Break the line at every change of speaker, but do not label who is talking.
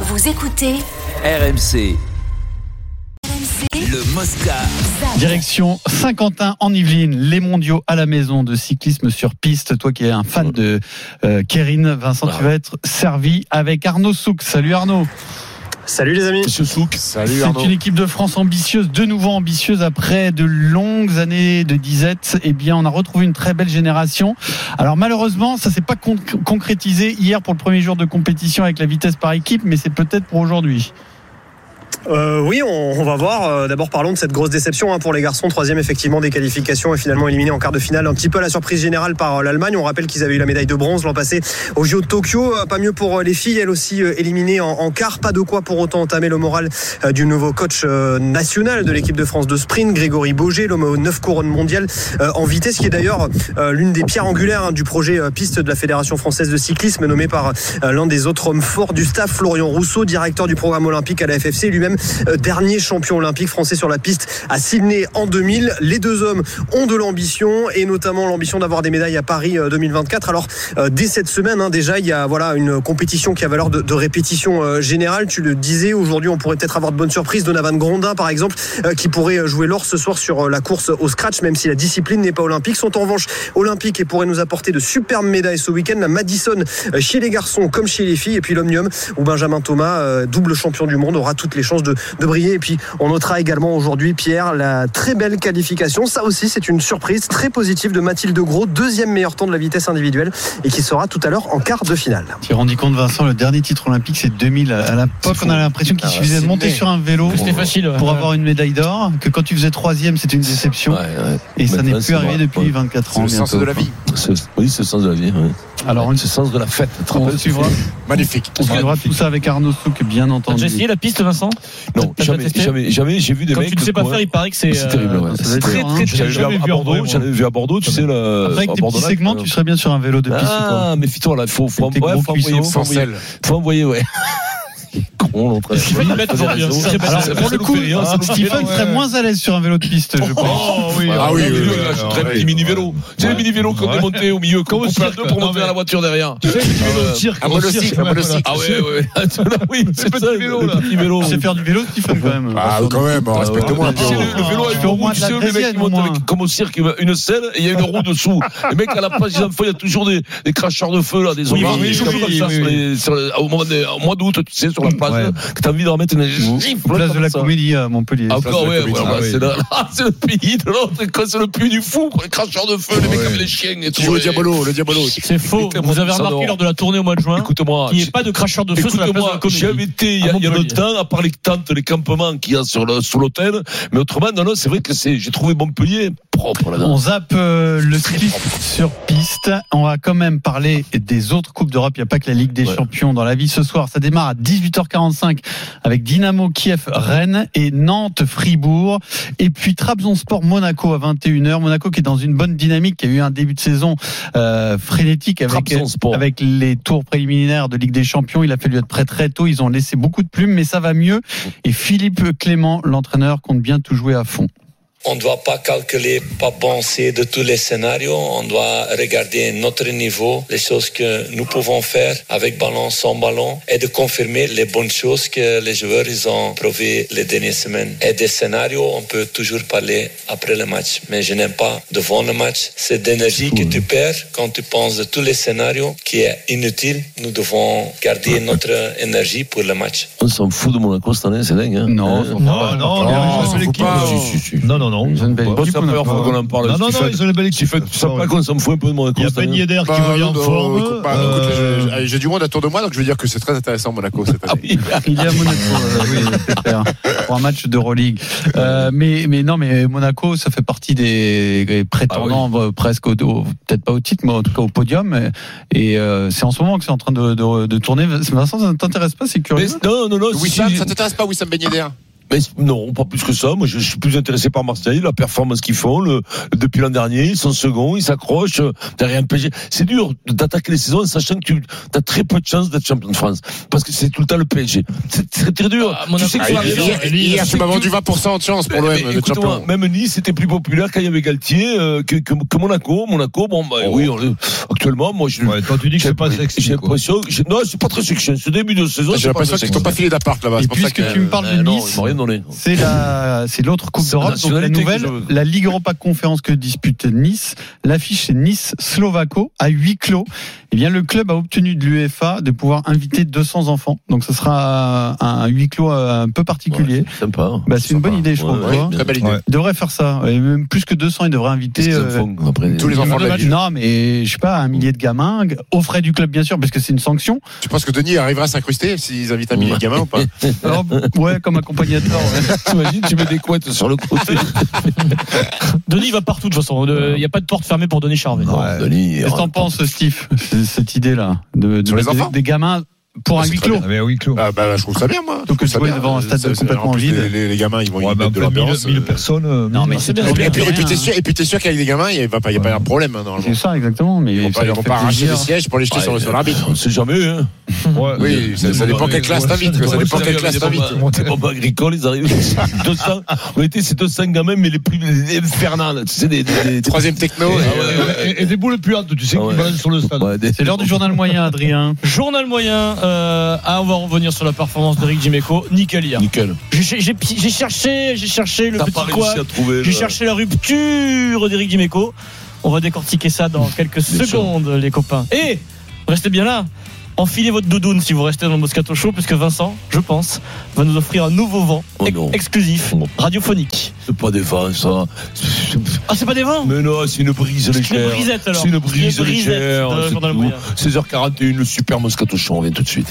Vous écoutez
RMC,
RMC
le Mosca.
Zap.
Direction Saint-Quentin en Yvelines, les mondiaux à la maison de cyclisme sur piste. Toi qui es un fan de euh, Kérine, Vincent, tu vas être servi avec Arnaud Souk. Salut Arnaud.
Salut les amis.
Monsieur Souk.
C'est une équipe de France ambitieuse, de nouveau ambitieuse après de longues années de disette. Eh bien, on a retrouvé une très belle génération. Alors malheureusement, ça s'est pas con- concrétisé hier pour le premier jour de compétition avec la vitesse par équipe, mais c'est peut-être pour aujourd'hui.
Euh, oui, on, on va voir. Euh, D'abord, parlons de cette grosse déception hein, pour les garçons. Troisième, effectivement, des qualifications et finalement éliminé en quart de finale. Un petit peu à la surprise générale par euh, l'Allemagne. On rappelle qu'ils avaient eu la médaille de bronze l'an passé au JO de Tokyo. Euh, Pas mieux pour euh, les filles, elles aussi euh, éliminées en, en quart. Pas de quoi pour autant entamer le moral euh, du nouveau coach euh, national de l'équipe de France de sprint, Grégory Boger, l'homme aux neuf couronnes mondiales euh, en vitesse, qui est d'ailleurs euh, l'une des pierres angulaires hein, du projet euh, piste de la Fédération française de cyclisme, nommé par euh, l'un des autres hommes forts du staff, Florian Rousseau, directeur du programme olympique à la FFC, lui-même euh, dernier champion olympique français sur la piste à Sydney en 2000. Les deux hommes ont de l'ambition et notamment l'ambition d'avoir des médailles à Paris euh, 2024. Alors euh, dès cette semaine, hein, déjà, il y a voilà une compétition qui a valeur de, de répétition euh, générale. Tu le disais, aujourd'hui, on pourrait peut-être avoir de bonnes surprises. Donovan Grondin, par exemple, euh, qui pourrait jouer l'or ce soir sur euh, la course au scratch, même si la discipline n'est pas olympique, sont en revanche olympiques et pourraient nous apporter de superbes médailles ce week-end. La Madison euh, chez les garçons comme chez les filles, et puis l'Omnium où Benjamin Thomas, euh, double champion du monde, aura toutes les chances de, de briller. Et puis on notera également aujourd'hui, Pierre, la très belle qualification. Ça aussi, c'est une surprise très positive de Mathilde Gros, deuxième meilleur temps de la vitesse individuelle, et qui sera tout à l'heure en quart de finale.
Tu t'es rendu compte, Vincent, le dernier titre olympique, c'est 2000. À la l'époque, on a l'impression qu'il
Ah,
suffisait de
c'est
monter
dingue.
sur un vélo
C'était facile. ouais.
pour avoir une médaille d'or, que quand tu faisais troisième, c'était une déception. Et ça
Maintenant,
n'est
c'est
plus arrivé
bon.
depuis
Ouais.
24 ans.
le sens
bientôt.
de la vie.
Ce- Oui, c'est le sens de la vie. ouais.
Alors, on,
C'est le sens de la fête. Tu te
on
rappelles,
suivra,
Magnifique.
on suivra tout ça avec Arnaud Souk, bien
T'as déjà essayé
entendu.
la piste, Vincent
Non,
T'as déjà
jamais,
testé
jamais, jamais. J'ai vu des
Quand
mecs.
tu ne sais pas
courir.
faire, il paraît que c'est.
C'est terrible, ouais.
euh,
Ça doit être
très,
dur, hein.
très, très,
J'avais vu à
jamais vu en
Bordeaux,
Bordeaux.
j'en avais vu à Bordeaux, tu sais, le.
Après, avec tes
à
petits
Bordeaux-Lac,
segments,
euh,
tu serais bien sur un vélo de piste. toi.
Ah, mais fais-toi là, faut, faut,
Tes
ouais,
gros
faut envoyer,
cuisseaux.
faut
Sans
envoyer,
sel.
faut envoyer, ouais. Con, l'entraîneur.
Est-ce qu'il fait une bête aujourd'hui hein C'est très
Alors,
possible.
pour le coup,
Hein, ça nous fait
Stephen
rien.
ah, serait moins à l'aise sur un vélo de piste, je pense.
Oh oui,
Ah oui, oui, oui,
c'est
oui,
très
oui,
petit
oui.
mini vélo. Tu sais, les mini vélos qu'on
Ouais.
démontait au milieu, comme
Au
au cirque
cirque,
pour
non,
monter
mais-
à la voiture derrière.
Tu sais, les vélos de
Ah,
cirque,
un
au
monocycle,
cirque,
un
ouais, voilà.
monocycle.
Ah ouais, ouais. oui, c'est
petit
ça,
vélo,
le
là.
petit vélo.
Tu sais faire du vélo, Stephen, quand même.
Ah, quand même, respecte-moi un peu.
Tu sais, Ah, le, le vélo
Je
avec
fais
une
au
roue,
moins de
tu
la
sais, les mecs
treizième,
qui
au
montent
moins.
avec, comme au cirque, une selle et il y a une roue dessous. Les mecs, à la place des enfants, il y a toujours des, des cracheurs de feu, là, des
Oui,
ovaries,
oui,
des
oui,
trucs comme
oui,
ça,
oui,
sur
oui.
les- sur les- au moment des- au mois d'août, tu sais, sur la place,
Ouais.
là, que t'as envie de remettre une gifle.
Place de
comme
la
ça.
comédie à Montpellier.
Ah,
Place
encore,
de la
ouais,
Comédie.
voilà,
Ah, oui.
c'est là, là, c'est le pays de l'autre, quoi, c'est le pays du fou, quoi, les cracheurs de feu, les mecs
Ouais.
avec les chiens et tout.
Tu joues au
et-
diabolo, le diabolo.
C'est faux.
Écoutez-moi,
Vous avez
ça
remarqué
dort.
lors de la tournée au mois de juin
Écoute-moi,
qu'il n'y ait pas de cracheur de feu sur la place de la
Écoute-moi, j'ai
comédie.
invité il y
à
a, il y a
Montpellier.
longtemps, à part les tentes, les campements qu'il y a sur le, sous l'hôtel. Mais autrement, non, non, c'est vrai que c'est, j'ai trouvé Montpellier propre là-dedans.
On zappe euh, le cyclisme sur piste. On va quand même parler des autres Coupes d'Europe. Il n'y a pas que la Ligue des
Ouais.
Champions dans la vie ce soir. Ça démarre à 18h45 avec Dynamo Kiev, Rennes et Nantes, Fribourg. Et puis Trabzonspor, Monaco à 21h. Monaco qui est dans une bonne dynamique, qui a eu un début de saison euh, frénétique avec, euh,
Trabzonspor.
avec les tours préliminaires de Ligue des Champions. Il a fallu être prêt très tôt. Ils ont laissé beaucoup de plumes, mais ça va mieux. Et Philippe Clément, l'entraîneur, compte bien tout jouer à fond.
On ne doit pas calculer, pas penser de tous les scénarios. On doit regarder notre niveau, les choses que nous pouvons faire avec ballon, sans ballon, et de confirmer les bonnes choses que les joueurs ils ont prouvées les dernières semaines. Et des scénarios, on peut toujours parler après le match. Mais je n'aime pas devant le match. C'est d'énergie que tu perds quand tu penses de tous les scénarios qui est inutile. Nous devons garder notre énergie pour le match.
On s'en fout de Monaco cette année, c'est dingue. Hein.
Euh, Non,
Hein.
Non, non,
non,
non,
ils
ils
sont
ont l'équipe.
pas-
euh,
Si, si, si.
Non, non, non.
Ils ont une belle
Bon,
équipe,
ça
Monaco.
peur, faut qu'on en parle.
Non, non, non,
Stephen.
ils ont une belle équipe.
Stephen, tu sens
Non,
pas qu'on s'en fout un peu de Monaco
Il y a
cette année
Ben Yedder qui
Bah,
revient en
non,
forme.
écoute pas,
Euh,
écoute, je- allez, J'ai du monde autour de moi, donc je veux dire que c'est très intéressant Monaco cette
Ah
année.
oui.
Il est à Monaco, euh, oui, c'est clair, pour un match d'Euroleague. Euh, mais, mais non, mais Monaco, ça fait partie des des prétendants euh, presque, au, au- peut-être pas au titre, mais en tout cas au podium. Et euh, c'est en ce moment que c'est en train de, de, de tourner. Vincent, ça ne t'intéresse pas, c'est
Mais
curieux.
non, non, non, si,
Wissam,
si.
ça t'intéresse pas Wissam Ben Yedder
Mais c- non, pas plus que ça. Moi, je suis plus intéressé par Marseille, la performance qu'ils font. Le, depuis l'an dernier, ils sont seconds, ils s'accrochent euh, derrière un PSG. C'est dur d'attaquer les saisons en sachant que tu as très peu de chances d'être champion de France. Parce que c'est tout le temps le PSG. C'est très, très dur.
Ah, mon
tu sais que
avis,
tu
il est
arrives-
dur.
Hier,
Et lui,
hier,
il
tu m'as vendu 20% de chance pour l'OM,
Mais
le
écoute-moi,
champion.
Même Nice était plus populaire quand il y avait Galtier euh, que, que, que Monaco. Monaco, bon, bah, oui, on le- actuellement, moi, je,
Ouais, Quand tu dis que
j'ai
c'est pas sexy.
j'ai
quoi.
l'impression, que j'ai- non, c'est pas très succès. Ce début de saison,
J'ai
c'est pas
l'impression
très
qu'ils t'ont pas
sexy.
filé d'appart là-bas.
Et
c'est pour ça
puisque
que-
tu me parles de
Euh, non,
Nice,
ils m'ont rien donné.
C'est la, c'est l'autre Coupe
C'est
d'Europe,
la
donc la
nationalité que
nouvelle,
je veux.
la Ligue Europa Conférence que dispute Nice. L'affiche c'est Nice Slovaco à huis clos. Eh bien, le club a obtenu de l'UEFA de pouvoir inviter 200 enfants. Donc, ce sera un huis clos euh, un peu particulier.
Ouais, c'est sympa. hein.
Bah, c'est une bonne idée, je
Ouais,
trouve.
ouais,
tu vois.
bien.
Très belle idée.
Ouais.
Il devrait faire ça. Et même plus que 200, il devrait
Qu'est-ce
inviter.
qu'ils en
euh,
font après les-
Tous les enfants de la ville.
non, mais je sais pas, un millier de gamins, aux frais du club, bien sûr, parce que c'est une sanction.
Tu penses que Denis arrivera à s'incruster s'ils invitent un millier de gamins ou pas
Alors, ouais, comme accompagnateur. ouais.
T'imagines, tu mets des couettes sur le côté.
Denis va partout de toute façon. Euh, Il n'y a pas de porte fermée pour Denis Charvet.
Non, Denis,
Qu'est-ce que t'en penses, Steve, c- cette idée-là de, de
Sur les
mettre des-
enfants
des, gamins pour
Ah,
un
c'est
huis
très
clos
Ah, mais oui, clos.
Ah bah je trouve ça bien moi.
Donc,
Je
tu
trouve ça
vois,
bien.
devant un stade
Ça, ça-
complètement
en plus,
vide.
les- Les, les gamins ils vont y
Ouais, bah,
mettre de
un peu mille-
l'ambiance.
mille
euh.
personnes. euh,
Non, mais
mille-
c'est
Et puis-
bien.
et puis- et puis
Rien.
t'es sûr, et puis t'es sûr qu'avec des gamins il va pas, il y a pas un problème hein,
C'est
normalement.
ça, exactement. Mais
Ils vont
ça
pas, ils
leur
vont
fait
pas arracher
plaisir.
les sièges pour les jeter sur le- sur l'arbitre.
On sait jamais, hein.
Ouais.
Oui, ça, ça dépend quelle classe t'invites. quoi. Ça dépend quelle classe t'invites.
Des bombes agricoles, ils arrivent. 200. En réalité, c'est 200 gamins, mais les plus les infernales. Tu sais, des. des, des-
Troisième techno.
Ah
et-
ouais, ouais, ouais.
Et, et des boules puantes, tu sais,
Ah ouais.
qui balancent sur le stade.
Ouais, des-
C'est l'heure du journal moyen, Adrien.
Journal moyen. euh, ah, on va revenir sur la performance d'Eric Dimeco. Nickel hier.
Nickel.
J'ai- J'ai j'ai pi- j'ai cherché, j'ai cherché le
T'as pas
petit
réussi
quoi.
à trouver. euh,
J'ai
le-
cherché la rupture d'Eric Dimeco. On va décortiquer ça dans quelques
sûr.
secondes, les copains. Et restez bien là. Enfilez votre doudoune si vous restez dans le Moscato Show, puisque Vincent, je pense, va nous offrir un nouveau vent
Oh
ex-
non.
exclusif,
Oh.
radiophonique.
C'est pas des vents, ça.
Ah, c'est pas des vents
Mais non, c'est une brise
C'est une
légère.
brisette alors.
C'est une brise
brisette
légère.
dans le
c'est
journal
tout.
moyen.
16h41, le super Moscato Show, on vient tout de suite.